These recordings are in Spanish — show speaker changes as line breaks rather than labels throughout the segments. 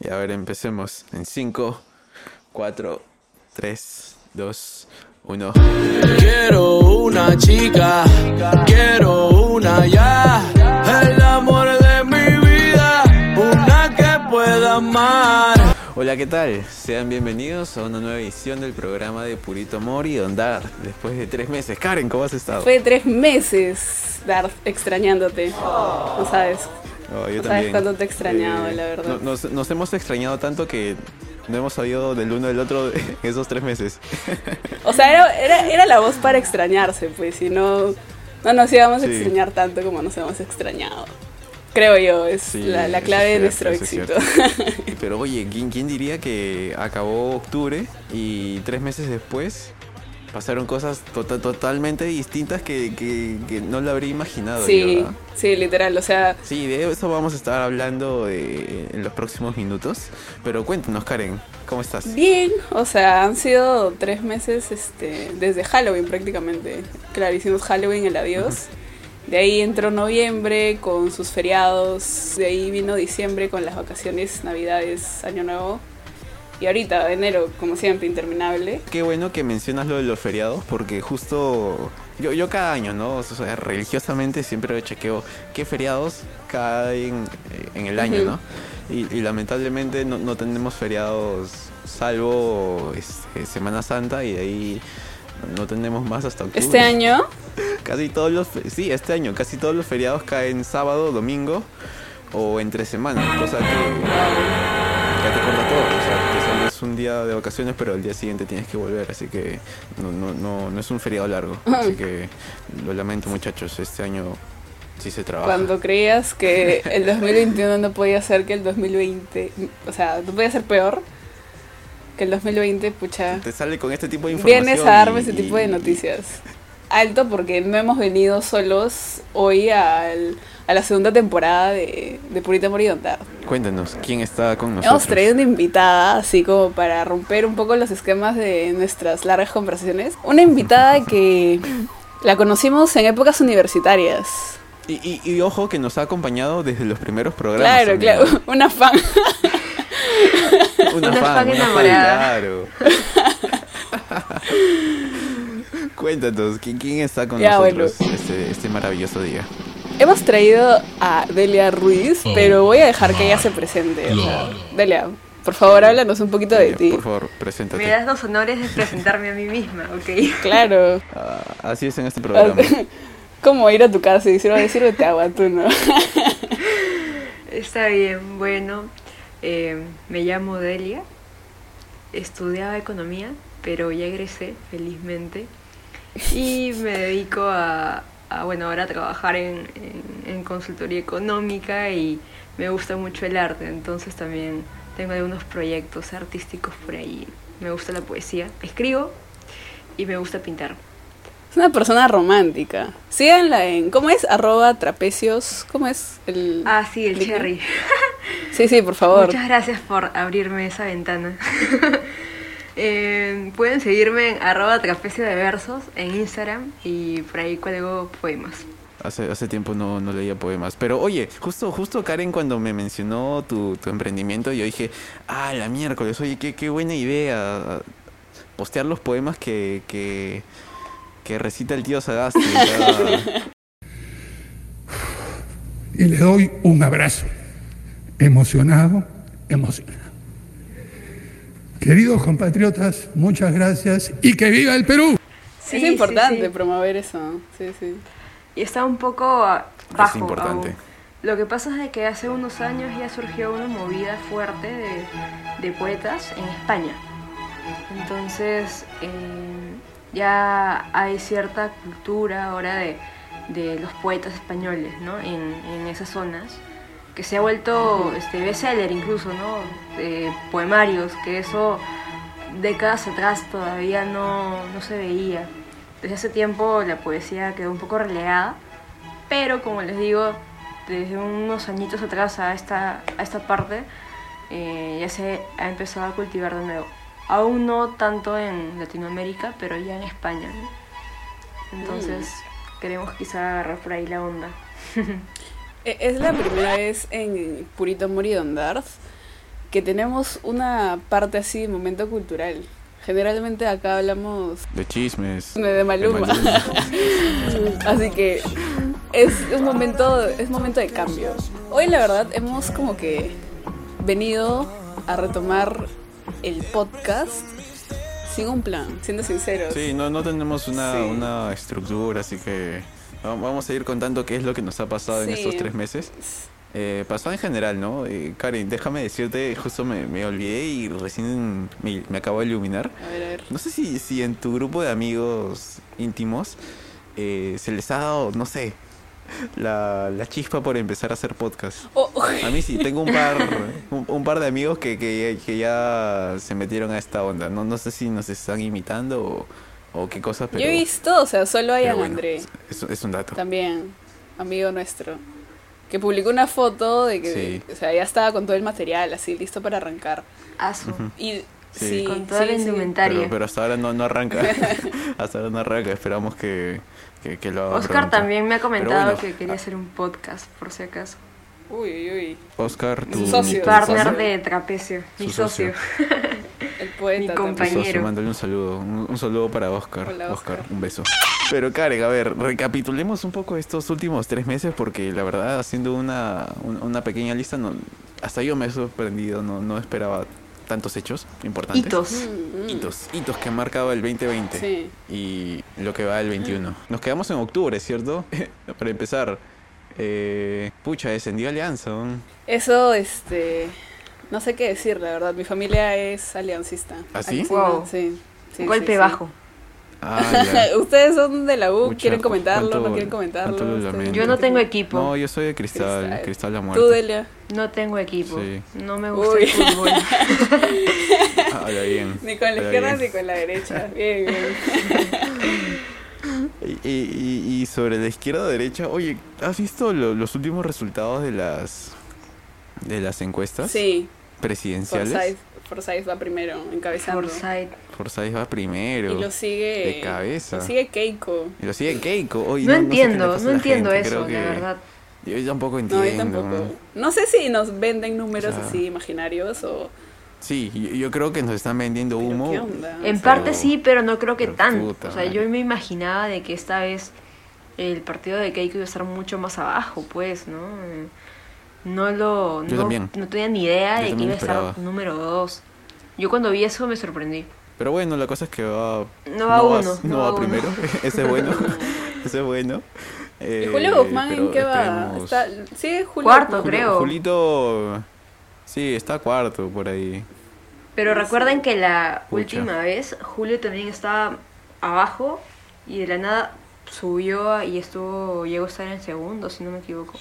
Y a ver, empecemos en 5, 4, 3, 2, 1.
Quiero una chica, quiero una ya. El amor de mi vida, una que pueda amar.
Hola, ¿qué tal? Sean bienvenidos a una nueva edición del programa de Purito Mori, Don Dar, después de tres meses. Karen, ¿cómo has estado?
Fue tres meses, Darth, extrañándote. No sabes.
Oh,
no sabes cuánto te he extrañado, la verdad.
Eh, no- Nos, nos hemos extrañado tanto que no hemos sabido del uno del otro en esos tres meses.
O sea, era, era, era la voz para extrañarse, pues, si no, no nos íbamos
Sí.
a extrañar tanto como nos hemos extrañado. Creo yo, es
Sí,
la, la
eso
clave de
es cierto,
nuestro
eso es
éxito.
Pero oye, ¿quién, quién diría que acabó octubre y tres meses después pasaron cosas tota- totalmente distintas que, que- que no lo habría imaginado? yo,
sí,
¿ah?
sí, literal. O sea,
Sí, de eso vamos a estar hablando eh, en los próximos minutos. Pero cuéntanos, Karen, ¿cómo estás?
bien. O sea, han sido tres meses este, desde Halloween prácticamente. Claro, hicimos Halloween el adiós. De ahí entró noviembre con sus feriados. De ahí vino diciembre con las vacaciones, navidades, año nuevo. Y ahorita, enero, como siempre, interminable.
Qué bueno que mencionas lo de los feriados, porque justo yo, yo cada año, ¿no? O sea, religiosamente siempre chequeo qué feriados caen en el año,
Ujú.
¿no? Y, y lamentablemente no, no tenemos feriados salvo este, Semana Santa y de ahí no tenemos más hasta octubre.
Este año,
Casi todos los, fe- sí, este año, casi todos los feriados caen sábado, domingo o entre semana, cosa que ya te corta todo. O sea, te sales un día de vacaciones, pero al día siguiente tienes que volver, así que no, no, no, no es un feriado largo. Así que lo lamento, muchachos, este año sí se trabaja.
cuando creías que el 2021 no podía ser que el 2020, o sea, no podía ser peor que el 2020, pucha.
Te sale con este tipo de información.
Vienes a darme
y-
ese tipo de
y-
noticias. Alto porque no hemos venido solos hoy al- a la segunda temporada de, de Purita Moridontar.
Cuéntanos, ¿quién está con nosotros?
Hemos traído una invitada, así como para romper un poco los esquemas de nuestras largas conversaciones. Una invitada que la conocimos en épocas universitarias.
Y, y- y ojo que nos ha acompañado desde los primeros programas.
Claro,
amiga.
claro, una fan.
Una,
Una
fan,
fan
una fan,
enamorada.
claro. Cuéntanos, ¿quién, quién está con
Ya,
nosotros este, este maravilloso día?
Hemos traído a Delia Ruiz, pero voy a dejar que ella se presente. o sea, Delia, por favor, háblanos un poquito de
Ya,
ti.
Por favor,
Me
preséntate.
das los honores de presentarme a mí misma, ¿ok?
Claro.
Ah, así es en este programa.
Como ir a tu casa y decir, oye, sírvete agua, tú no.
Está bien, bueno. eh, me llamo Delia. Estudiaba economía, pero ya egresé, felizmente. Y me dedico a, a, bueno, ahora a trabajar en, en- en consultoría económica y me gusta mucho el arte, entonces también tengo algunos proyectos artísticos por ahí. Me gusta la poesía, escribo y me gusta pintar.
Es una persona romántica. Síganla en, ¿cómo es? Arroba trapecios, ¿cómo es? El...
Ah, sí, el
¿Listo?
cherry.
Sí, sí, por favor.
Muchas gracias por abrirme esa ventana. Eh, pueden seguirme en arroba trapecio de versos en Instagram y por ahí cuelgo poemas.
Hace, hace tiempo no, no leía poemas. Pero oye, justo, justo Karen cuando me mencionó tu, tu emprendimiento, yo dije, ah, la miércoles, oye, qué, qué buena idea. Postear los poemas que, que, que recita el tío Sagasti. o sea,
y le doy un abrazo, emocionado, emocionado. Queridos compatriotas, muchas gracias y que viva el Perú.
Sí,
es
sí,
importante
sí.
promover eso. Sí, sí.
Y está un poco ah, bajo.
importante.
aún. Lo que pasa es de que hace unos años ya surgió una movida fuerte de, de poetas en España. Entonces eh, ya hay cierta cultura ahora de, de los poetas españoles ¿no? en, en esas zonas que se ha vuelto este, bestseller incluso, ¿no? Eh, poemarios, que eso décadas atrás todavía no, no se veía. Desde hace tiempo la poesía quedó un poco relegada, pero como les digo, desde unos añitos atrás a esta, a esta parte eh, ya se ha empezado a cultivar de nuevo. Aún no tanto en Latinoamérica, pero ya en España. ¿no? Entonces queremos quizá agarrar por ahí la onda.
E- Es la primera vez en Purito Moridondarth que tenemos una parte así de momento cultural. Generalmente acá hablamos
De chismes.
de Maluma. Así que es un momento, es momento de cambio. Hoy la verdad hemos como que venido a retomar el podcast sin un plan, siendo sinceros.
Sí, no, no tenemos una,
Sí.
una estructura, así que va- vamos a ir contando qué es lo que nos ha pasado en
Sí.
estos tres meses. Eh, pasó en general, ¿no? Eh, Karen, déjame decirte, justo me, me olvidé y recién me, me acabo de iluminar.
A ver, a ver.
No sé si, si en tu grupo de amigos íntimos eh, se les ha dado, no sé, la, la chispa por empezar a hacer podcast.
Oh, oh.
A mí sí, tengo un par, un, un par de amigos que, que- que ya se metieron a esta onda. No, no sé si nos están imitando o, o qué cosas, pero...
Yo he visto, o sea, solo hay
pero
a
bueno,
André,
es, es un dato.
también, amigo nuestro, que publicó una foto de que,
Sí.
o sea, ya estaba con todo el material así, listo para arrancar.
Asu.
Y
Sí.
sí,
Con toda
sí,
la
sí.
indumentaria.
Pero, pero hasta ahora no, no arranca. hasta ahora no arranca. Esperamos que, que, que lo haga
Oscar
pronto.
también me ha
Pero
comentado
bueno,
que quería
ah,
hacer un podcast, por si acaso.
Uy, uy, uy.
Oscar, tu,
socio.
tu
Partner
socio,
de Trapecio, mi
Su
socio.
socio.
El poeta.
Mi
también.
tu socio,
compañero.
mándale un saludo. Un, un saludo para Oscar.
Hola,
Oscar.
Oscar.
un beso. Pero Karen, a ver, recapitulemos un poco estos últimos tres meses porque la verdad, haciendo una, un- una pequeña lista, no, hasta yo me he sorprendido. No, no esperaba tantos hechos importantes.
Hitos.
Mm, mm.
Hitos, hitos que ha marcado el 2020
Sí.
y lo que va el 21. Nos quedamos en octubre, ¿cierto? Para empezar, eh, pucha, descendió Alianza. ¿no?
Eso, este. No sé qué decir, la verdad. Mi familia es aliancista.
¿Ah, sí?
Aliancina,
Wow.
sí. Sí, sí,
Golpe
sí.
bajo.
Ah,
Ustedes son de la U,
Pucha,
quieren comentarlo,
cuánto-
no quieren comentarlo.
cuánto lo
Ustedes-
lamento.
Yo no tengo
ya.
equipo.
No, yo soy de cristal, cristal,
Cristal.
la muerte.
Tú, Delia.
No tengo equipo.
Sí.
No me gusta
Uy.
el fútbol.
Habla bien.
Ni con la
habla
izquierda
bien.
ni con la derecha. Bien, bien.
Y, y- y sobre la izquierda o derecha, oye, ¿has visto lo- los últimos resultados de las de las encuestas
Sí,
presidenciales?
Forsyth, Forsyth va primero, encabezando.
Forsyth.
Forsyth va primero.
Y lo sigue.
De cabeza.
Lo sigue Keiko.
Y lo sigue Keiko. Oye, sé qué
No,
le
entiendo,
pasa a
no
la
entiendo
gente,
eso,
creo
la
que-
verdad.
Yo tampoco
No,
entiendo.
yo tampoco. No sé si nos venden números
O sea,
así imaginarios o.
Sí, yo, yo creo que nos están vendiendo
pero
humo.
¿Qué onda?
En
Pero-
parte sí, pero no creo que
pero
tanto.
puta
O sea,
madre.
yo me imaginaba de que esta vez el partido de Keiko iba a estar mucho más abajo, pues, ¿no? Eh, No lo.
Yo
no,
también.
no tenía ni idea
Yo
de que
también
iba a
lo esperaba.
estar número 2. Yo cuando vi eso me sorprendí.
Pero bueno, la cosa es que va.
No va uno,
No,
no
va,
va uno.
primero. Ese es bueno. Ese es bueno.
¿Y
Eh,
Julio Guzmán en
pero
qué va?
esperemos-
Está, sigue Julio
Cuarto,
Guzmán.
Julio-
creo.
Julito. Sí, está cuarto por ahí.
Pero recuerden que la
Pucha.
última vez Julio también estaba abajo y de la nada subió a- y estuvo llegó a estar en segundo, si no me equivoco.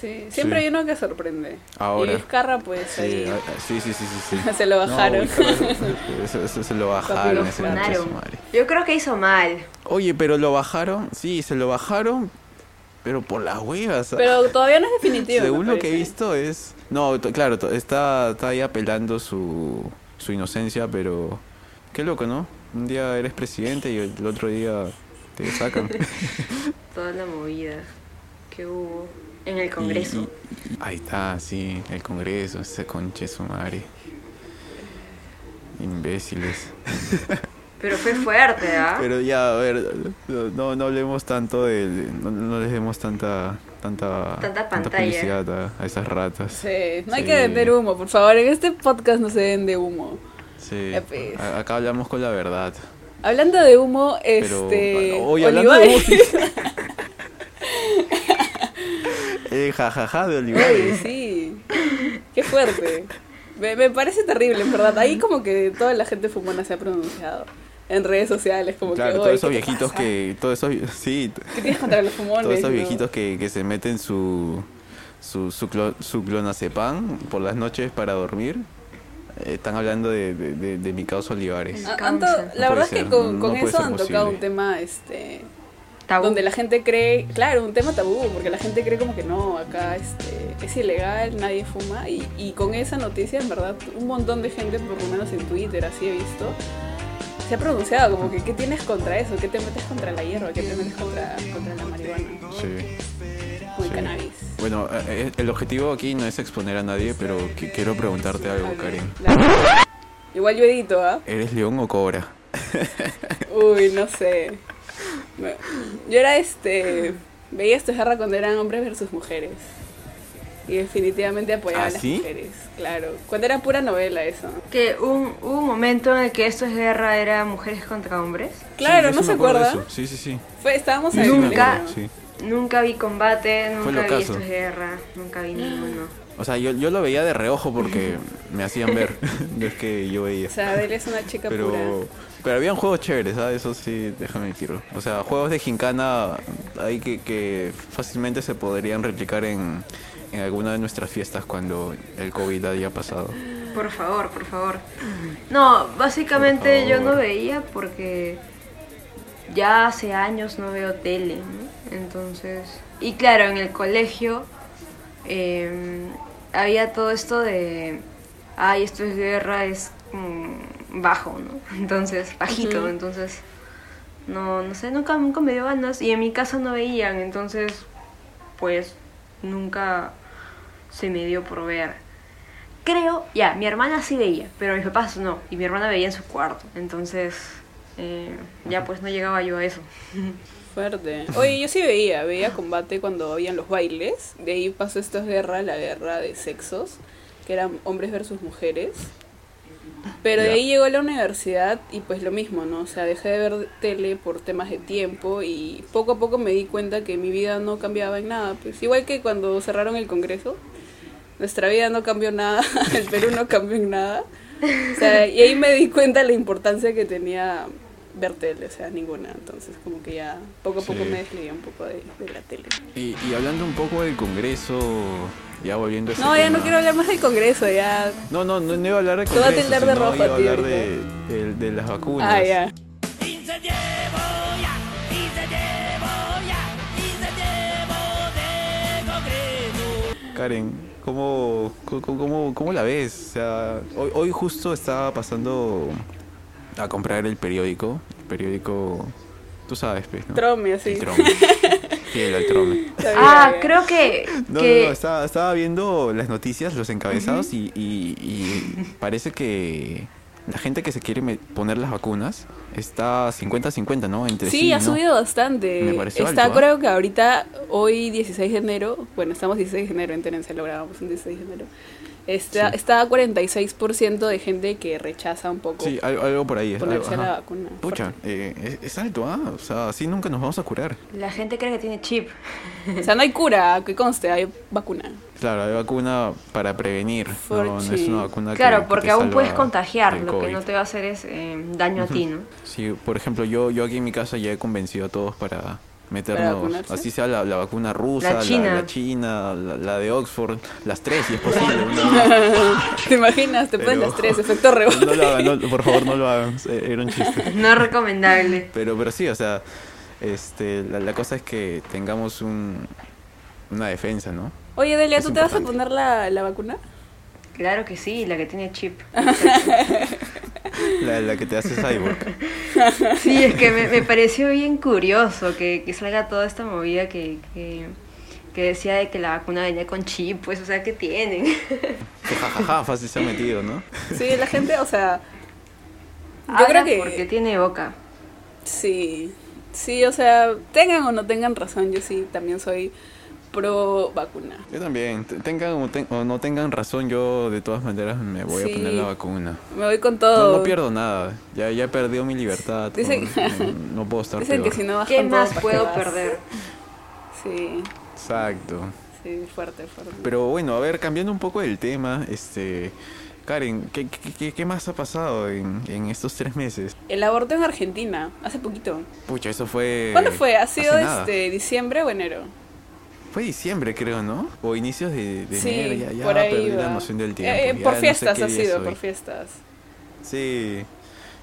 Sí, siempre
Sí.
hay uno que sorprende.
Ahora.
Y Vizcarra, pues
Sí,
ahí.
ah, ah, sí, sí, sí. sí, sí.
Se lo bajaron.
No, se, se- se- se lo
Lo
bajaron. Ah, ese concha de su
funaron.
madre.
Yo creo que hizo mal.
Oye, pero lo bajaron. Sí, se lo bajaron. Pero por las huevas. ah.
Pero todavía no es definitivo. me
Según lo que he
parece.
visto es... No, t- claro, t- está, está ahí apelando su, su inocencia, pero... Qué loco, ¿no? Un día eres presidente y el otro día te sacan.
Toda la movida que hubo en el
Y-
Congreso.
y- y- ahí está, sí, el Congreso, ese conche su madre. Imbéciles.
Pero fue fuerte, ¿ah?
Pero ya, a ver, no, no hablemos tanto de... No, no les demos tanta... Tanta,
Tanta pantalla.
publicidad a, a esas ratas.
Sí, no hay
Sí.
que vender humo, por favor. En este podcast no se vende humo.
Sí.
Ya, pues.
A- acá hablamos con la verdad.
Hablando de humo,
Pero
este.
ah, oye, hablando de
Olivares-
Boris. Eh, jajaja de
Oye,
Olivares.
sí. Qué fuerte. Me, me parece terrible, en verdad. Ahí como que toda la gente fumona se ha pronunciado. En redes sociales, como
claro,
que.
todos
"Oye,
esos
¿qué te
viejitos
pasa?
que todos esos sí, t-
¿Qué tienes contra los fumones?
todos esos
no?
viejitos que, que se meten su su su, clo- su clonazepam por las noches para dormir. eh, están hablando de, de, de- de mi causa Olivares.
Ah, han to- la
Causa.
No puede
verdad es que
ser,
con,
no
con
puede
eso
ser
han tocado
posible.
un tema este
Tabú.
donde la gente cree, claro, un tema tabú, porque la gente cree como que no, acá este, es ilegal, nadie fuma, y, y con esa noticia, en verdad, un montón de gente, por lo menos en Twitter, así he visto, se ha pronunciado como que, ¿qué tienes contra eso? ¿Qué te metes contra la hierba? ¿Qué te metes contra, contra la marihuana?
Sí.
Muy
Sí,
cannabis.
Bueno, eh, eh, el objetivo aquí no es exponer a nadie, pero que- quiero preguntarte algo, Karen.
La- Igual yo edito, ¿ah?
¿Eres león o cobra?
Uy, no sé. Bueno, yo era este. Veía esta jarra cuando eran hombres versus mujeres. Y definitivamente apoyaba
¿Ah,
a las
sí?
mujeres, claro. Cuando era pura novela eso.
Que un, hubo un momento en el que esto es guerra, era mujeres contra hombres.
Claro,
Sí,
no
sí
se
me acuerdo de
acuerda.
eso. Sí, sí, sí.
Fue, estábamos
Sí,
ahí.
sí me
Nunca.
acuerdo, sí.
Nunca vi combate,
Fue
nunca vi
locazo.
esto es guerra, nunca vi ninguno.
O sea, yo, yo lo veía de reojo porque me hacían ver. no es que yo veía.
O sea, Adele es una chica
Pero,
pura.
pero habían juegos chéveres, ¿sabes? Eso sí, déjame decirlo. O sea, juegos de gincana ahí que, que fácilmente se podrían replicar en, en alguna de nuestras fiestas cuando el COVID haya pasado.
Por favor, por favor. No, básicamente
Por
yo no
favor.
veía porque ya hace años no veo tele, ¿no? Entonces, y claro, en el colegio eh, había todo esto de, ay, esto es guerra, es mm, bajo, ¿no? Entonces, bajito,
Ujú.
entonces, no, no sé, nunca, nunca me dio ganas y en mi casa no veían, entonces, pues, nunca se me dio por ver. Creo, ya, mi hermana sí veía, pero mis papás no, y mi hermana veía en su cuarto, entonces eh, ya pues no llegaba yo a eso.
Fuerte. Oye, yo sí veía, veía combate cuando habían los bailes. De ahí pasó esta guerra, la guerra de sexos, que eran hombres versus mujeres. Pero de
Ya.
ahí llegó la universidad y pues lo mismo, ¿no? O sea, dejé de ver tele por temas de tiempo y poco a poco me di cuenta que mi vida no cambiaba en nada. Pues igual que cuando cerraron el Congreso, nuestra vida no cambió nada, el Perú no cambió en nada. O sea, y ahí me di cuenta de la importancia que tenía ver tele, o sea, ninguna. Entonces, como que ya poco a poco
Sí.
me desligué un poco de, de la tele.
Y, y hablando un poco del Congreso, ya volviendo a ese
No, ya no
tema.
quiero hablar más del Congreso, ya.
No, no, no, no iba a hablar de
Te voy a
Congreso,
tildar de
sino
rojo
iba a
a ti
hablar de, de- de las vacunas.
Ah, ya.
Karen, ¿cómo, cómo, cómo- cómo la ves? O sea, hoy, hoy justo estaba pasando a comprar el periódico. El periódico, tú sabes, pues, ¿no?
Trome, así.
El trome. Fiel al trome.
Está bien,
Ah,
ya.
creo que,
No,
que
no, no, estaba, estaba viendo las noticias, los encabezados y, y- y parece que la gente que se quiere me- poner las vacunas está 50-50, ¿no? Entre sí,
Sí, ha
¿no?
subido bastante.
Me pareció
Está,
alto, ¿ah?
creo que ahorita, hoy 16 de enero, bueno, estamos 16 de enero, entérense, lo grabamos un 16 de enero. Está,
Sí.
está a 46% de gente que rechaza un poco
Sí, al- algo por ahí. es algo,
ponerse la
ajá.
vacuna.
Pucha, eh, es, es alto, ¿ah? O sea, así nunca nos vamos a curar.
la gente cree que tiene chip.
O sea, no hay cura, que conste, hay vacuna.
Claro, hay vacuna para prevenir. No, no es
Forchi.
una vacuna Ah, que-
Claro,
que
porque
te
aún
salva
puedes contagiar,
del
lo que
COVID.
no te va a hacer es eh, daño a ti, ¿no?
Sí, por ejemplo, yo, yo aquí en mi casa ya he convencido a todos para meternos,
vacunarse?
así sea la, la vacuna rusa,
La
la
china.
la, china, la, la de Oxford, las tres si es posible.
¿Te imaginas? Te pones
Pero-
las tres, efecto rebote.
No, no lo hagan, no, por favor no lo hagan, eh, era un chiste.
No es recomendable.
Pero, pero sí, o sea, este, la, la cosa es que tengamos un, una defensa, ¿no?
Oye, Delia,
Es
¿tú te vas a
importante.
poner la, la vacuna?
Claro que sí, la que tiene chip.
La, la que te hace cyborg.
Sí, es que me, me pareció bien curioso que, que salga toda esta movida que, que, que decía de que la vacuna venía con chip, pues, o sea, ¿qué tienen?
Que jajaja, fácil se ha metido, ¿no?
Sí, la gente, o sea... Yo
Habla
creo que...
porque tiene boca.
Sí, sí, o sea, tengan o no tengan razón, yo sí también soy pro vacuna.
Yo también, te- tengan o, ten- o no tengan razón, yo de todas maneras me voy a poner
Sí.
la vacuna.
Me voy con
No,
todo.
no pierdo nada. Ya, ya he perdido mi libertad.
Dicen-
No, no puedo estar
Dicen que
peor.
si no vas
¿Qué
con todo,
más
¿para qué
puedo
vas?
perder?
Sí,
Exacto.
sí, fuerte, fuerte.
Pero bueno, a ver, cambiando un poco el tema, este. Karen, ¿qué, qué, qué- qué más ha pasado en, en estos tres meses?
El aborto en Argentina, hace poquito.
Pucha, eso fue.
¿Cuándo fue? ¿Ha
Eh, hace
sido
nada.
este diciembre o enero?
Fue diciembre, creo, ¿no? O inicios de, de
sí,
enero, ya, ya
por ahí
perdí
va.
la noción del tiempo.
Eh,
ya
por
no sé
fiestas
qué ¿eh?
ha
día
sido,
es hoy.
por fiestas.
Sí.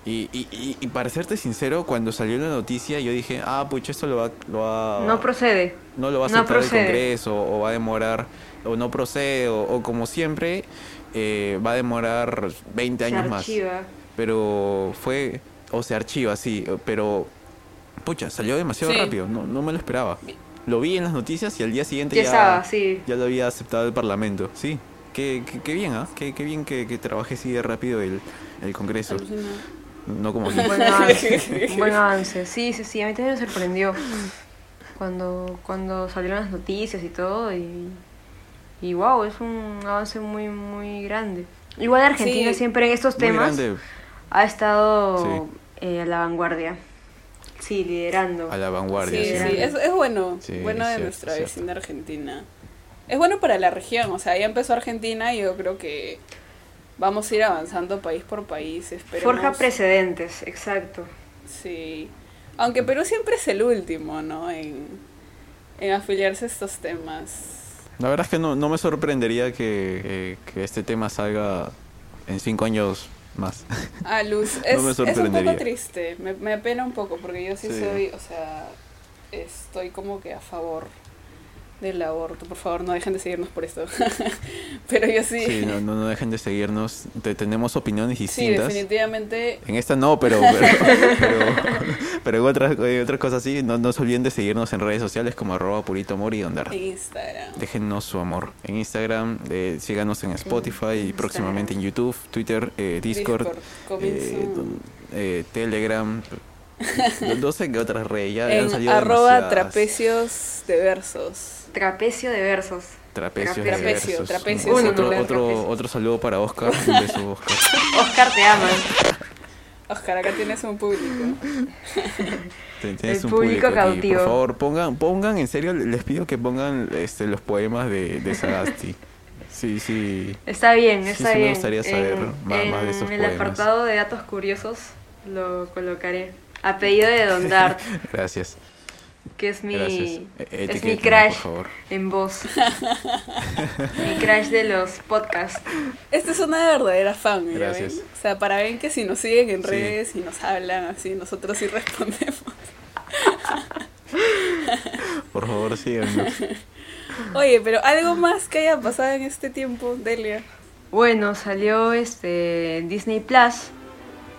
Y, y, y, y para serte sincero, cuando salió la noticia, yo dije, ah, pucha, esto lo va, lo va-
No procede.
no lo va a
No
aceptar el
procede.
Congreso o va a demorar o no procede o, o como siempre eh, va a demorar 20
Se
años más.
archiva.
Pero fue o se archiva sí, pero pucha, salió demasiado
Sí.
rápido, no, no me lo esperaba. Lo vi en las noticias y al día siguiente
Ya
ya,
estaba, sí.
ya lo había aceptado el Parlamento. Sí, qué, qué, qué bien, ¿ah? Qué, qué bien que, que trabaje así de rápido el, el Congreso. No como aquí.
Un buen avance, un buen avance. Sí, sí, sí, a mí también me sorprendió cuando, cuando salieron las noticias y todo y, y wow, es un avance muy, muy grande. Igual Argentina
Sí.
siempre en estos
Muy
temas
grande
ha estado
Sí.
eh, a la vanguardia. Sí, liderando.
a la
Sí,
vanguardia.
sí,
siempre.
es, es bueno,
Sí,
bueno
es
de
cierto,
nuestra
es cierto.
vecina Argentina. Es bueno para la región, o sea, ya empezó Argentina y yo creo que vamos a ir avanzando país por país. Esperemos.
Forja precedentes, exacto.
Sí. Aunque Perú siempre es el último, ¿no? En, en afiliarse a estos temas.
La verdad es que no, no me sorprendería que, que- que este tema salga en cinco años más.
Ah, Luz, es,
me
es un poco
sorprendería.
triste, me, me apena un poco porque yo sí,
Sí.
soy, o sea, estoy como que a favor del aborto. Por favor, no dejen de seguirnos por esto. Pero yo sí,
Sí, no, no, no dejen de seguirnos. Te- tenemos opiniones
sí,
distintas.
definitivamente
en esta no, pero pero, pero, pero en otras, en otras cosas sí. No, no se olviden de seguirnos en redes sociales como arroba purito amor y onda.
en Instagram.
Déjennos su amor. En Instagram, eh, síganos en Spotify y próximamente en YouTube, Twitter, eh, Discord,
coming
eh,
soon.
don- eh, Telegram. no- No sé qué otras redes. Ya han
en
salido
arroba
demasiadas.
trapecios de versos.
Trapecio de versos.
Trapecios de
Trapecio,
versos.
trapecio,
sí,
otro,
claro,
otro,
trapecio.
otro saludo para Oscar. Un beso, Oscar.
Oscar te ama.
Oscar, acá tienes un público.
Ten- tienes
El
un
público
aquí.
cautivo.
Por favor, pongan, pongan, en serio, les pido que pongan este, los poemas de, de Sagasti. Sí, sí.
Está bien,
Sí,
está
sí me
bien.
gustaría saber más- más de esos
En el
poemas.
apartado de datos curiosos lo colocaré. A pedido de Don Dart,
Gracias.
que es mi,
Gracias. E-
es mi
etiquétenme,
crash
por favor.
en voz. mi crash de los podcasts.
Esta es una verdadera fan, ¿ya
Gracias.
ven? O sea, para ver que si nos siguen en
Sí.
redes y nos hablan así, nosotros sí respondemos.
Por favor, síganos.
Oye, pero algo más que haya pasado en este tiempo, Delia.
Bueno, salió este Disney Plus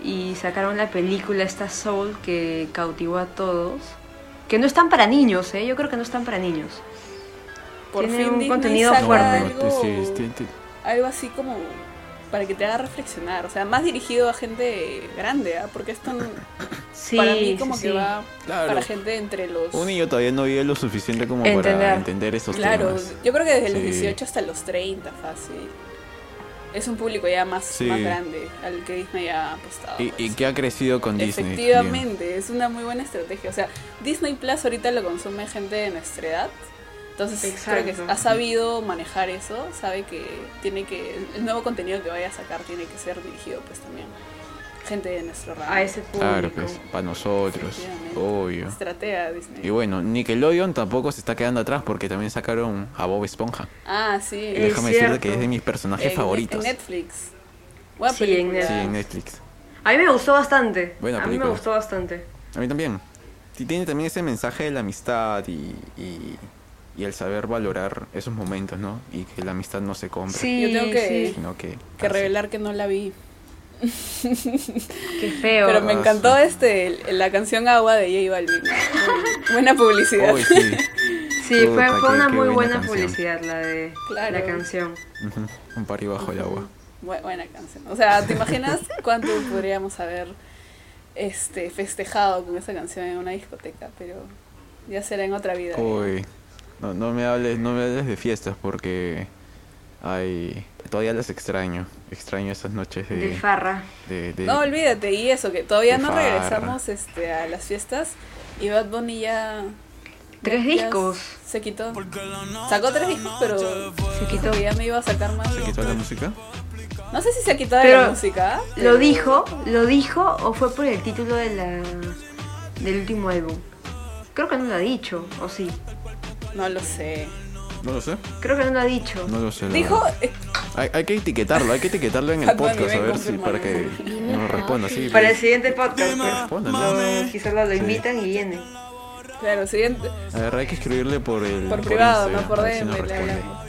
y sacaron la película esta Soul que cautivó a todos. Que no están para niños, ¿eh? Yo creo que no están para niños.
Por
Tiene
fin
un
Disney
contenido
saca
fuerte.
algo,
sí,
Uh.
sí, sí.
algo así como para que te haga reflexionar. O sea, más dirigido a gente grande, ¿ah? Porque esto no-
Sí,
para mí como
sí,
que
sí.
va
Claro.
para gente entre los...
Un niño todavía no vive lo suficiente como
Entender.
para entender esos
Claro,
temas.
yo creo que desde los
Sí.
18 hasta los 30, fácil. Es un público ya más,
Sí.
más grande al que Disney ha apostado.
Y, y
pues.
que ha crecido con Disney. también.
Efectivamente, es una muy buena estrategia. O sea, Disney Plus ahorita lo consume gente de nuestra edad. Entonces creo que
Exacto.
ha sabido manejar eso, sabe que tiene que el nuevo contenido que vaya a sacar tiene que ser dirigido pues también gente de nuestro rango.
A ese público.
Claro, pues, para nosotros,
Efectivamente.
obvio.
Estratega Disney.
Y bueno, Nickelodeon tampoco se está quedando atrás porque también sacaron a Bob Esponja.
Ah, sí.
Y
Es
déjame decirte
cierto.
que es de mis personajes
En-
favoritos.
En Netflix. Buena
Sí, en
película.
Netflix.
Sí, en Netflix.
A mí me gustó bastante.
Buena
a mí me
película.
gustó bastante.
A mí también. Y tiene también ese mensaje de la amistad y, y, y el saber valorar esos momentos, ¿no? Y que la amistad no se compra.
Sí,
Yo tengo que-
sí.
Sino que.
Que
ah, sí.
revelar que no la vi.
Qué feo.
Pero me
Ah,
encantó
sí.
este el- la canción Agua de J Balvin. Muy Buena publicidad.
Uy, sí.
Sí, fue,
Puta,
fue
qué-
una
qué
muy
buena
buena
canción.
publicidad la de
Claro.
la canción.
Ujú, Un par y bajo el agua.
Bu- buena canción. O sea, ¿te imaginas cuánto podríamos haber este festejado con esa canción en una discoteca? Pero ya será en otra vida. ¿eh?
Uy. No, no me hables, no me hables de fiestas porque. Ay. Todavía las extraño. Extraño esas noches de.
De Farra.
de- de-
No, olvídate, y eso, que todavía
Qué
no
farra.
regresamos este, a las fiestas y Bad Bunny ya...
Tres
ya
discos.
Se quitó. Sacó tres discos, pero se
quitó.
Ya me iba a sacar más.
¿Se quitó la música?
No sé si se ha quitado de la
Pero
música.
¿Lo
pero-
dijo? ¿Lo dijo o fue por el título de la del último álbum? Creo que no lo ha dicho, o sí.
No lo sé.
No lo sé.
Creo que no lo ha dicho.
No lo sé. la
Dijo, eh,
verdad. Hay, hay que etiquetarlo, hay que etiquetarlo en el
Bad Bunny,
podcast, a
ven,
ver si
confirma.
para que nos responda. Sí,
Para el
pues,
siguiente podcast, pues,
responda, ¿no?
lo- quizás lo, lo invitan y viene.
claro, siguiente.
A ver, hay que escribirle por el.
Por privado,
Instagram,
no por
a ver si
DM,
nos
le
responde.
hablamos.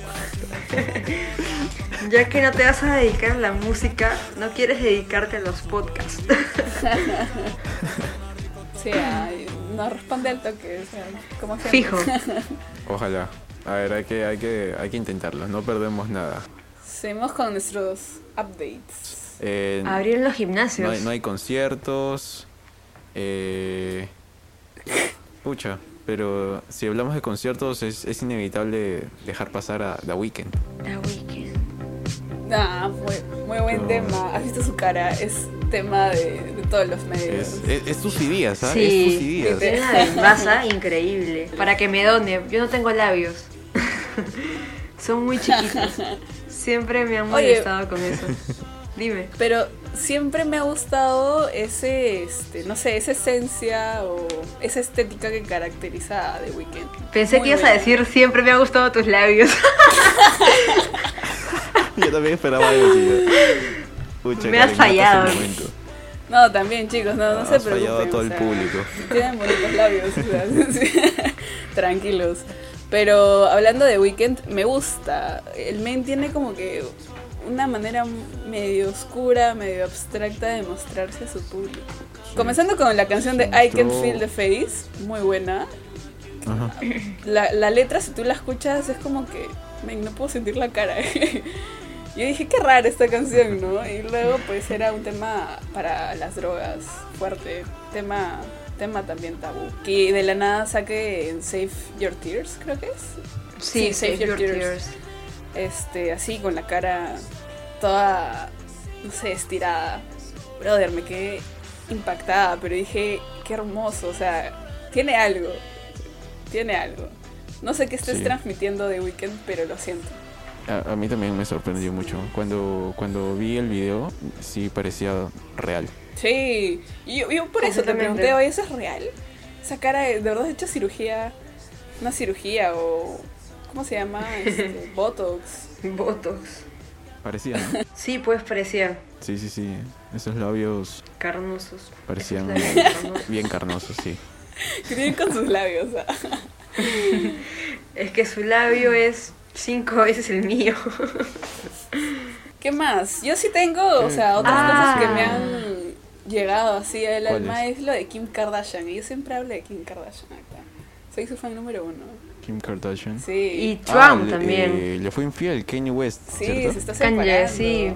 Ya que no te vas a dedicar a la música, no quieres dedicarte a los podcasts.
Sí, ay, no responde al toque, o sea, como siempre.
Fijo.
Ojalá. A ver, hay que, hay que, hay que intentarlo, no perdemos nada.
Seguimos con nuestros updates.
Eh,
Abrieron los
no,
gimnasios.
hay, no hay conciertos. Eh, pucha, pero si hablamos de conciertos es, es inevitable dejar pasar a The Weeknd.
The Weeknd.
Nah, muy, Ah, muy buen
No.
tema. Has visto su cara, es tema de, de todos los medios.
Es, es, es tus ideas, ¿sabes? Es tus
Sí,
ideas.
tiene una desmasa increíble. Para que me done, yo no tengo labios. Son muy chiquitos. Siempre me han
Oye.
molestado con eso. Dime.
Pero siempre me ha gustado ese, este, no sé, esa esencia o esa estética que caracteriza a The Weeknd.
Pensé
Muy
que ibas a
buena.
decir siempre me ha gustado tus labios.
Yo también esperaba algo así. Pucha,
Me has
Karen, mataste el
fallado.
momento.
No, también chicos, no, no se
Has
preocupen.
fallado a Ah, todo
o
el
sea,
público.
Tienen bonitos labios, o sea, sí. tranquilos. Pero hablando de Weekend, me gusta. El men tiene como que una manera medio oscura, medio abstracta de mostrarse a su público. Comenzando con la canción de I Can Feel the Face, muy buena.
Ajá.
La, la letra, si tú la escuchas, es como que, men, no puedo sentir la cara. Yo dije, qué rara esta canción, ¿no? Y luego, pues, era un tema para las drogas, fuerte, tema, tema también tabú. Que de la nada saque en Save Your Tears, creo que es. Sí, Save Your Tears. Este, así, con la cara toda, no sé, estirada. Brother, me quedé impactada, pero dije, qué hermoso, o sea, tiene algo, tiene algo. No sé qué estés
Sí.
transmitiendo de Weekend, pero lo siento.
A, a mí también me sorprendió mucho. Cuando, cuando vi el video, sí parecía real.
Sí, y yo, yo por eso te
Completamente.
pregunté, oye, ¿eso es real? Esa cara, de de verdad, has hecho cirugía, una cirugía o, ¿cómo se llama? Este, Botox.
Botox.
Parecía, ¿no?
Sí, pues parecían
Sí, sí, sí. Esos labios
carnosos.
parecían
Esos labios carnosos.
bien carnosos, sí.
Que tienen con sus labios. ah.
Es que su labio es cinco veces el mío.
¿Qué más? Yo sí tengo, o sea, otras
Ah.
cosas que me han llegado así al
¿Cuáles?
alma es lo de Kim Kardashian. Y yo siempre hablo de Kim Kardashian acá. Soy su fan número uno.
Kim Kardashian. Ah,
Y
Sí.
Trump
le-
también.
eh, le fue infiel Kanye West,
sí,
¿cierto?
se está separando.
Kanye, sí.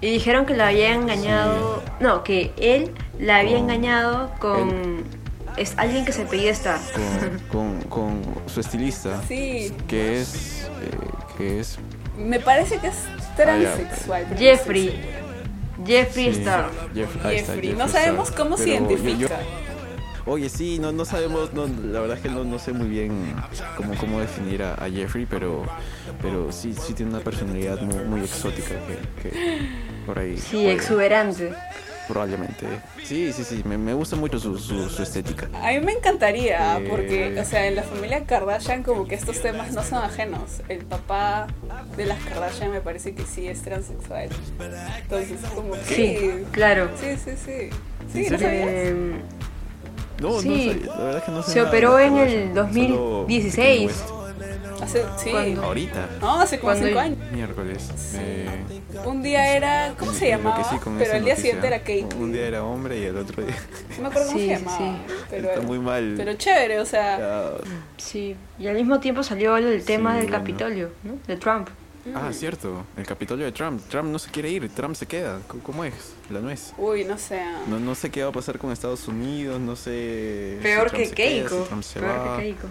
Y dijeron que la había engañado. No, que él la había
Con-
engañado con. Es alguien que se pedía estar.
Con, con, con su estilista,
Sí,
que es... eh, que es...
me parece que es transexual.
Ah,
pero no estoy
Jeffrey.
segura.
Jeffrey
sí,
Star.
Jeff- ahí está,
Jeffrey. No
Star.
sabemos cómo se
Pero yo- yo-
identifica.
Oye, sí, no, no sabemos, no, la verdad es que no, no sé muy bien cómo, cómo definir a, a Jeffrey, pero, pero sí, sí tiene una personalidad muy, muy exótica que, que por ahí.
Sí,
puede-
exuberante.
Probablemente. Sí, sí, sí, me, me gusta mucho su, su, su estética.
A mí me encantaría,
Eh.
porque, o sea, en la familia Kardashian como que estos temas no son ajenos. El papá de las Kardashian me parece que sí es transexual. Entonces, como que...
Sí, claro.
Sí, sí, sí. Sí,
serio?
¿no sabías?
Eh,
No,
Sí.
no sé, la verdad es que no sé
Se
nada de
operó
las
en el
Kardashian,
2016.
solo Kanye West.
Hace, sí.
¿Cuándo?
Ahorita,
No, hace como
¿Cuándo?
cinco años.
miércoles. eh,
Un día era... ¿Cómo se
enloquecí
llamaba?
con
Pero
esa
el día
noticia.
siguiente era Kate.
Un día era hombre y el otro día.
No me acuerdo cómo
Sí,
se
sí,
llamaba.
sí.
Pero,
Está muy mal.
pero chévere, o sea...
Ya-
sí. Y al mismo tiempo salió el tema
Sí,
del
bueno.
Capitolio, ¿no? De Trump. Mm.
Ah, cierto. El Capitolio de Trump. Trump no se quiere ir. Trump se queda. C- ¿Cómo es? La nuez.
Uy, no sé. ah.
No, no sé qué va a pasar con Estados Unidos. No sé. si
Peor
Trump
que
se queda, si
Keiko.
Trump se
Peor
va.
que Keiko.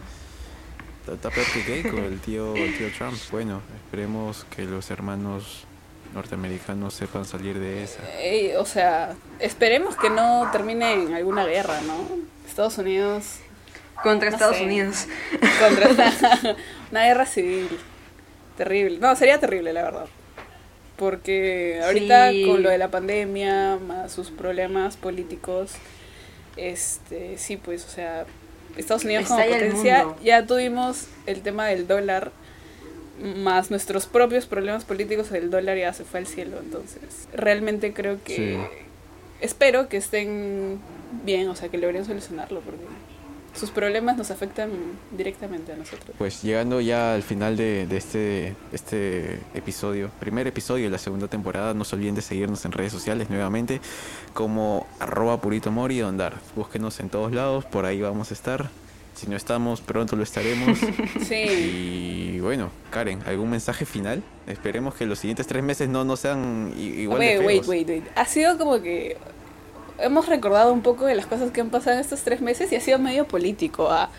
Está, está peor que Keiko, el tío, el tío Trump. Bueno, esperemos que los hermanos norteamericanos sepan salir de esa.
Ey, o sea, esperemos que no termine en alguna guerra, ¿no? Estados Unidos
Contra
No
Estados
sé.
Unidos.
contra una, una guerra civil. Terrible. No, sería terrible, la verdad. Porque ahorita
Sí.
con lo de la pandemia, más sus problemas políticos, este, sí, pues, o sea, Estados Unidos como
Estalla el
potencia,
mundo.
ya tuvimos el tema del dólar, más nuestros propios problemas políticos, el dólar ya se fue al cielo, entonces, realmente creo que,
Sí.
espero que estén bien, o sea, que logren solucionarlo, porque sus problemas nos afectan directamente a nosotros.
Pues llegando ya al final de, de este, este episodio, primer episodio de la segunda temporada, no se olviden de seguirnos en redes sociales nuevamente como arroba purito mori ondar. Búsquenos en todos lados, por ahí vamos a estar. Si no estamos, pronto lo estaremos.
Sí.
y bueno, Karen, ¿algún mensaje final? Esperemos que los siguientes tres meses no, no sean i- igual de
Wait,
feos.
wait, wait, wait. Ha sido como que hemos recordado un poco de las cosas que han pasado en estos tres meses y ha sido medio político. ah.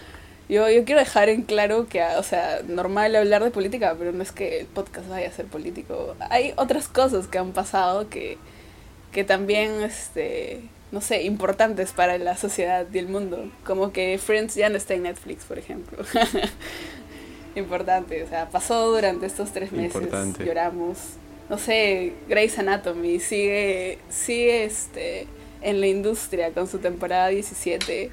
Yo, yo quiero dejar en claro que, ah, o sea, normal hablar de política, pero no es que el podcast vaya a ser político. Hay otras cosas que han pasado que, que también, este, no sé, importantes para la sociedad y el mundo. Como que Friends ya no está en Netflix, por ejemplo. Importante, o sea, pasó durante estos tres meses.
Importante.
Lloramos. No sé, Grey's Anatomy sigue, sigue este, en la industria con su temporada 17.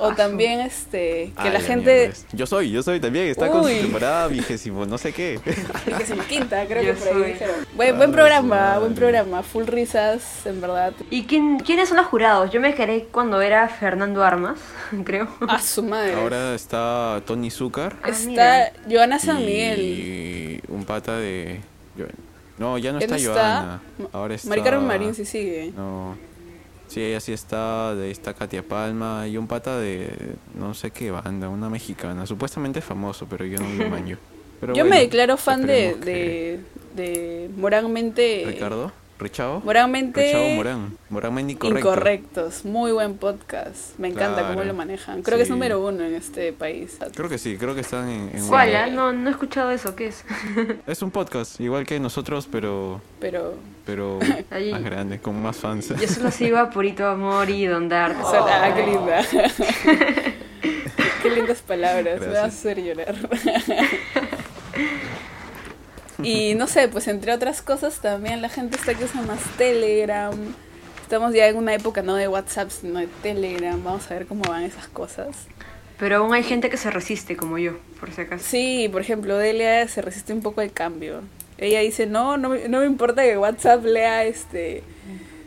O
Ah, su-
también este, que
Ay,
la
la
gente...
mierda es- Yo soy, yo soy también, está con su
Uy.
temporada vigésimo, no sé qué.
Vigésima quinta, creo
Yo
que por
soy.
ahí dijeron. Buen,
Ah,
buen programa,
madre.
buen programa. Full risas, en verdad.
¿Y quién, quiénes son los jurados? Yo me quedé cuando era Fernando Armas, creo.
A su madre.
Ahora está Tony Zúcar.
Ah,
Está
mira.
Joana San
y
Miguel.
un pata de... Yo- No, ya no
Ya
está
no
Joana.
Ma-
Ahora está...
Mari Carmen Marín sí sigue.
No. Sí, ella sí está. De ahí está Katia Palma. Y un pata de... No sé qué banda. Una mexicana. Supuestamente famoso, pero yo no lo manjo. Pero
Yo me
bueno,
declaro fan de,
esperemos que-
de, de Moralmente.
¿Ricardo? ¿Richao?
Moralmente.
Richao Morán. Morán incorrecto.
Incorrectos, muy buen podcast. Me encanta cómo
Claro,
lo manejan. Creo que es
sí.
número uno en este país.
Creo que sí, creo que están en... en
¿Cuál?
un-
ah? No, no he escuchado eso, ¿qué es?
Es un podcast, igual que nosotros, pero...
Pero
Pero
Ahí.
más grande, con más fans.
Yo solo sigo a Purito Amor y Don Dar.
O sea, ah, qué linda. qué lindas palabras, me vas a
Gracias.
hacer llorar. y no sé, pues entre otras cosas también la gente está que usa más Telegram. Estamos ya en una época no de WhatsApp, sino de Telegram. Vamos a ver cómo van esas cosas.
Pero aún hay gente que se resiste, como yo, por si acaso.
Sí, por ejemplo, Delia se resiste un poco al cambio. Ella dice, no, no, me- no me importa que WhatsApp lea este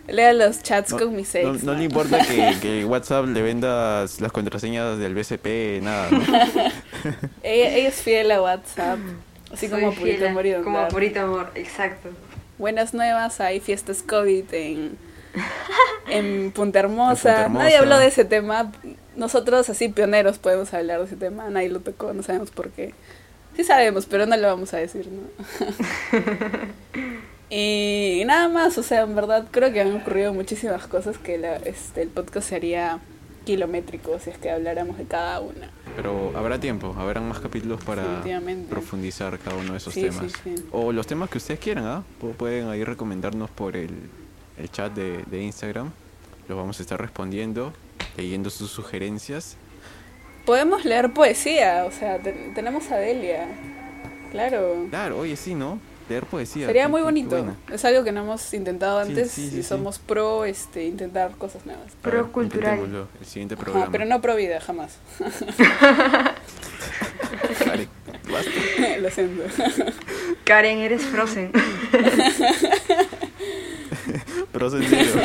lea los chats con mis
no,
ex.
no
¿no?
le importa que, que WhatsApp le vendas las contraseñas del BCP, nada, ¿no?
Ella, ella es fiel a WhatsApp. Así
Soy
como
fiel
Purito
a-
Amor y Don
Como
Dar.
Purito Amor, exacto.
Buenas nuevas, hay fiestas COVID en, en Punta Hermosa.
En Punta Hermosa.
Nadie habló de ese tema. Nosotros, así pioneros, podemos hablar de ese tema. Nadie lo tocó, no sabemos por qué. Sí sabemos, pero no lo vamos a decir, ¿no? y nada más, o sea, en verdad creo que han ocurrido muchísimas cosas que la- este, el podcast sería kilométrico si es que habláramos de cada una.
Pero habrá tiempo, habrán más capítulos para
Definitivamente.
profundizar cada uno de esos
Sí, sí,
temas.
sí.
O los temas que ustedes quieran, ¿ah? Pu- Pueden ahí recomendarnos por el, el chat de, de Instagram. Los vamos a estar respondiendo, leyendo sus sugerencias.
Podemos leer poesía, o sea, te- tenemos a Delia. Claro.
Claro, oye, sí, ¿no? Leer poesía.
Sería
qué-
muy
qué- qué
bonito.
buena.
Es algo que no hemos intentado
Sí,
antes
sí, sí,
y
sí.
somos pro este, intentar cosas nuevas.
A ver,
Procultural.
intentémoslo, El siguiente
Ajá,
programa.
pero no pro vida, jamás.
Vale, basta.
Lo siento.
Karen, eres Frozen.
Pero sencillo.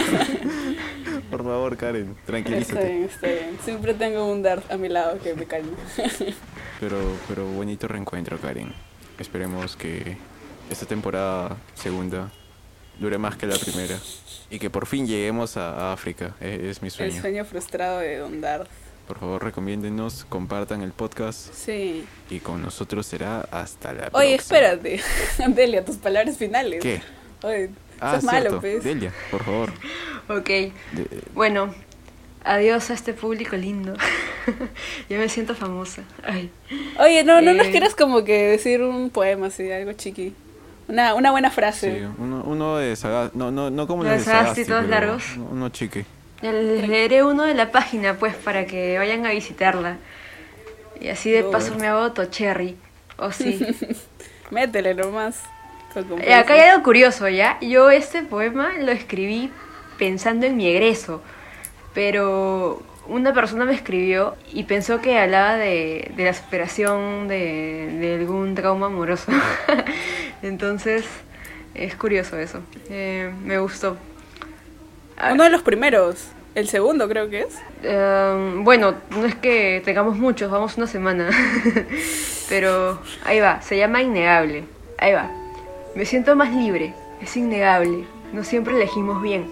Por favor, Karen,
está
tranquilízate.
bien, está bien. Siempre tengo un Dart a mi lado que me calma.
Pero, pero bonito reencuentro, Karen. Esperemos que esta temporada segunda dure más que la primera. Y que por fin lleguemos a, a África. E- Es, mi
El
sueño.
sueño frustrado de Don Dart.
Por favor, recomiéndenos, compartan el podcast.
Sí.
Y con nosotros será hasta la próxima.
Oye, espérate. Delia, tus palabras finales.
¿Qué?
Oye,
Ah,
sos malo,
cierto.
pues.
Delia, por favor.
ok,
De-
bueno, adiós a este público lindo. Yo me siento famosa. Ay.
Oye, no, no nos
Eh.
quieras como que decir un poema así, algo chiqui. Una, una buena
sí,
frase.
uno, uno de Sagasti. No, no, no como
Los
los de
Sagasti,
Sagasti.
todos
pero
largos.
Uno chique.
Ya Les leeré uno de la página, pues, para que vayan a visitarla. Y así de
No,
paso
bueno.
me hago tocherry. O sí.
Métele nomás. con
Eh, acá hay
confianza.
algo curioso, ¿ya? Yo este poema lo escribí pensando en mi egreso, pero una persona me escribió y pensó que hablaba de, de la superación de, de algún trauma amoroso. Entonces, es curioso eso. Eh, me gustó. Ah,
Uno de los primeros. El segundo creo que es.
Em, bueno, no es que tengamos muchos, vamos una semana. Pero ahí va, se llama Innegable. Ahí va. Me siento más libre, es innegable. No siempre elegimos bien,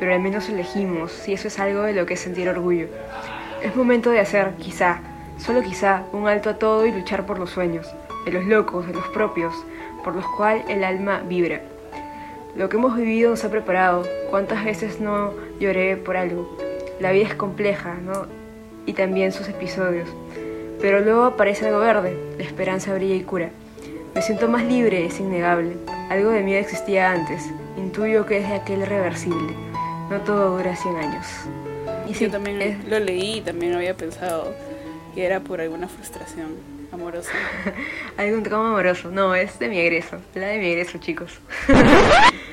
pero al menos elegimos, y eso es algo de lo que es sentir orgullo. Es momento de hacer, quizá, solo quizá, un alto a todo y luchar por los sueños, de los locos, de los propios, por los cual el alma vibra. Lo que hemos vivido nos ha preparado. ¿Cuántas veces no lloré por algo? La vida es compleja, ¿no? Y también sus episodios. Pero luego aparece algo verde, la esperanza brilla y cura. Me siento más libre, es innegable. Algo de miedo existía antes. Intuyo que es de aquel reversible. No todo dura 100 años. Y sí, eh.
Yo también
es-
lo leí y también había pensado que era por alguna frustración amorosa.
algo un trauma amoroso. No, es de mi egreso. La de mi egreso, chicos.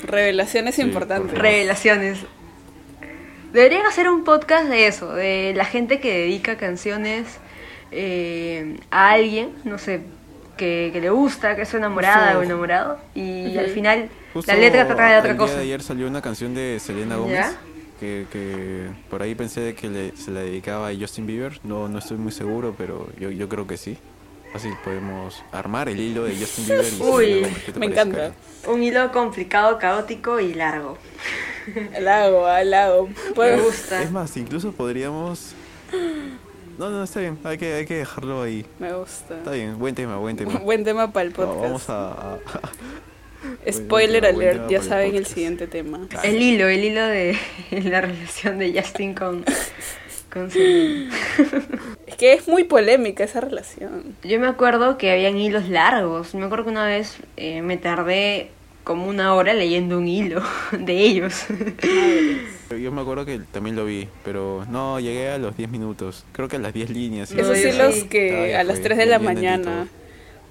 Revelaciones importantes.
Revelaciones. Deberían hacer un podcast de eso, de la gente que dedica canciones eh, a alguien, no sé, que, que le gusta, que es su enamorada
Justo-
o enamorado, y al
Ujú.
final
Justo
la letra trata de otra
el día
cosa.
de ayer salió una canción de Selena Gómez.
¿Ya?
Que, que por ahí pensé de que le- se la dedicaba a Justin Bieber. No, no estoy muy seguro, pero yo, yo creo que sí. Fácil podemos armar el hilo de Justin Bieber. Y Selena
Uy,
Gómez. ¿Qué te parece,
me encanta.
Karen?
Un hilo complicado, caótico y largo.
Al lago, al lago.
Me
Bueno,
gusta.
Es más, incluso podríamos. No, no, está bien. Hay que, hay que dejarlo ahí.
me gusta.
Está bien. Buen tema, buen tema.
Buen tema para el
No, vamos
podcast.
a. a-
Spoiler
buen tema, buen tema
alert, ya
para el
saben el
podcast.
siguiente tema.
El hilo, el hilo de la relación de Justin con, con Selena.
Es que es muy polémica esa relación.
Yo me acuerdo que habían hilos largos. Me acuerdo que una vez eh, me tardé como una hora leyendo un hilo de ellos.
Yo- Yo me acuerdo que también lo vi, pero no, llegué a los 10 minutos. Creo que a las 10 líneas.
No,
Esos
yo
hilos
sí.
Ah,
que
ya
a las
fue,
3 de la
bien lentito.
mañana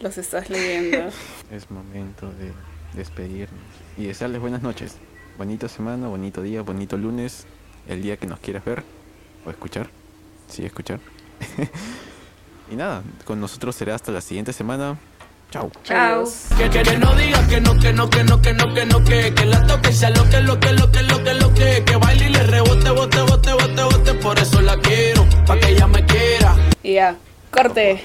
los estás leyendo.
Es momento de despedirnos y desearles buenas noches. Bonita semana, bonito día, bonito lunes, el día que nos quieras ver o escuchar. Sí, escuchar. y nada, con nosotros será hasta la siguiente semana. Chao.
Chao.
Adiós.
Que, que, que no digas que no, que no, que no, que no, que no, que, que la toque, sea lo que, lo que, lo que, lo que, lo que, que baile y le rebote, bote, bote, bote, bote, por eso la quiero, pa' que ella me quiera.
Y ya, corte.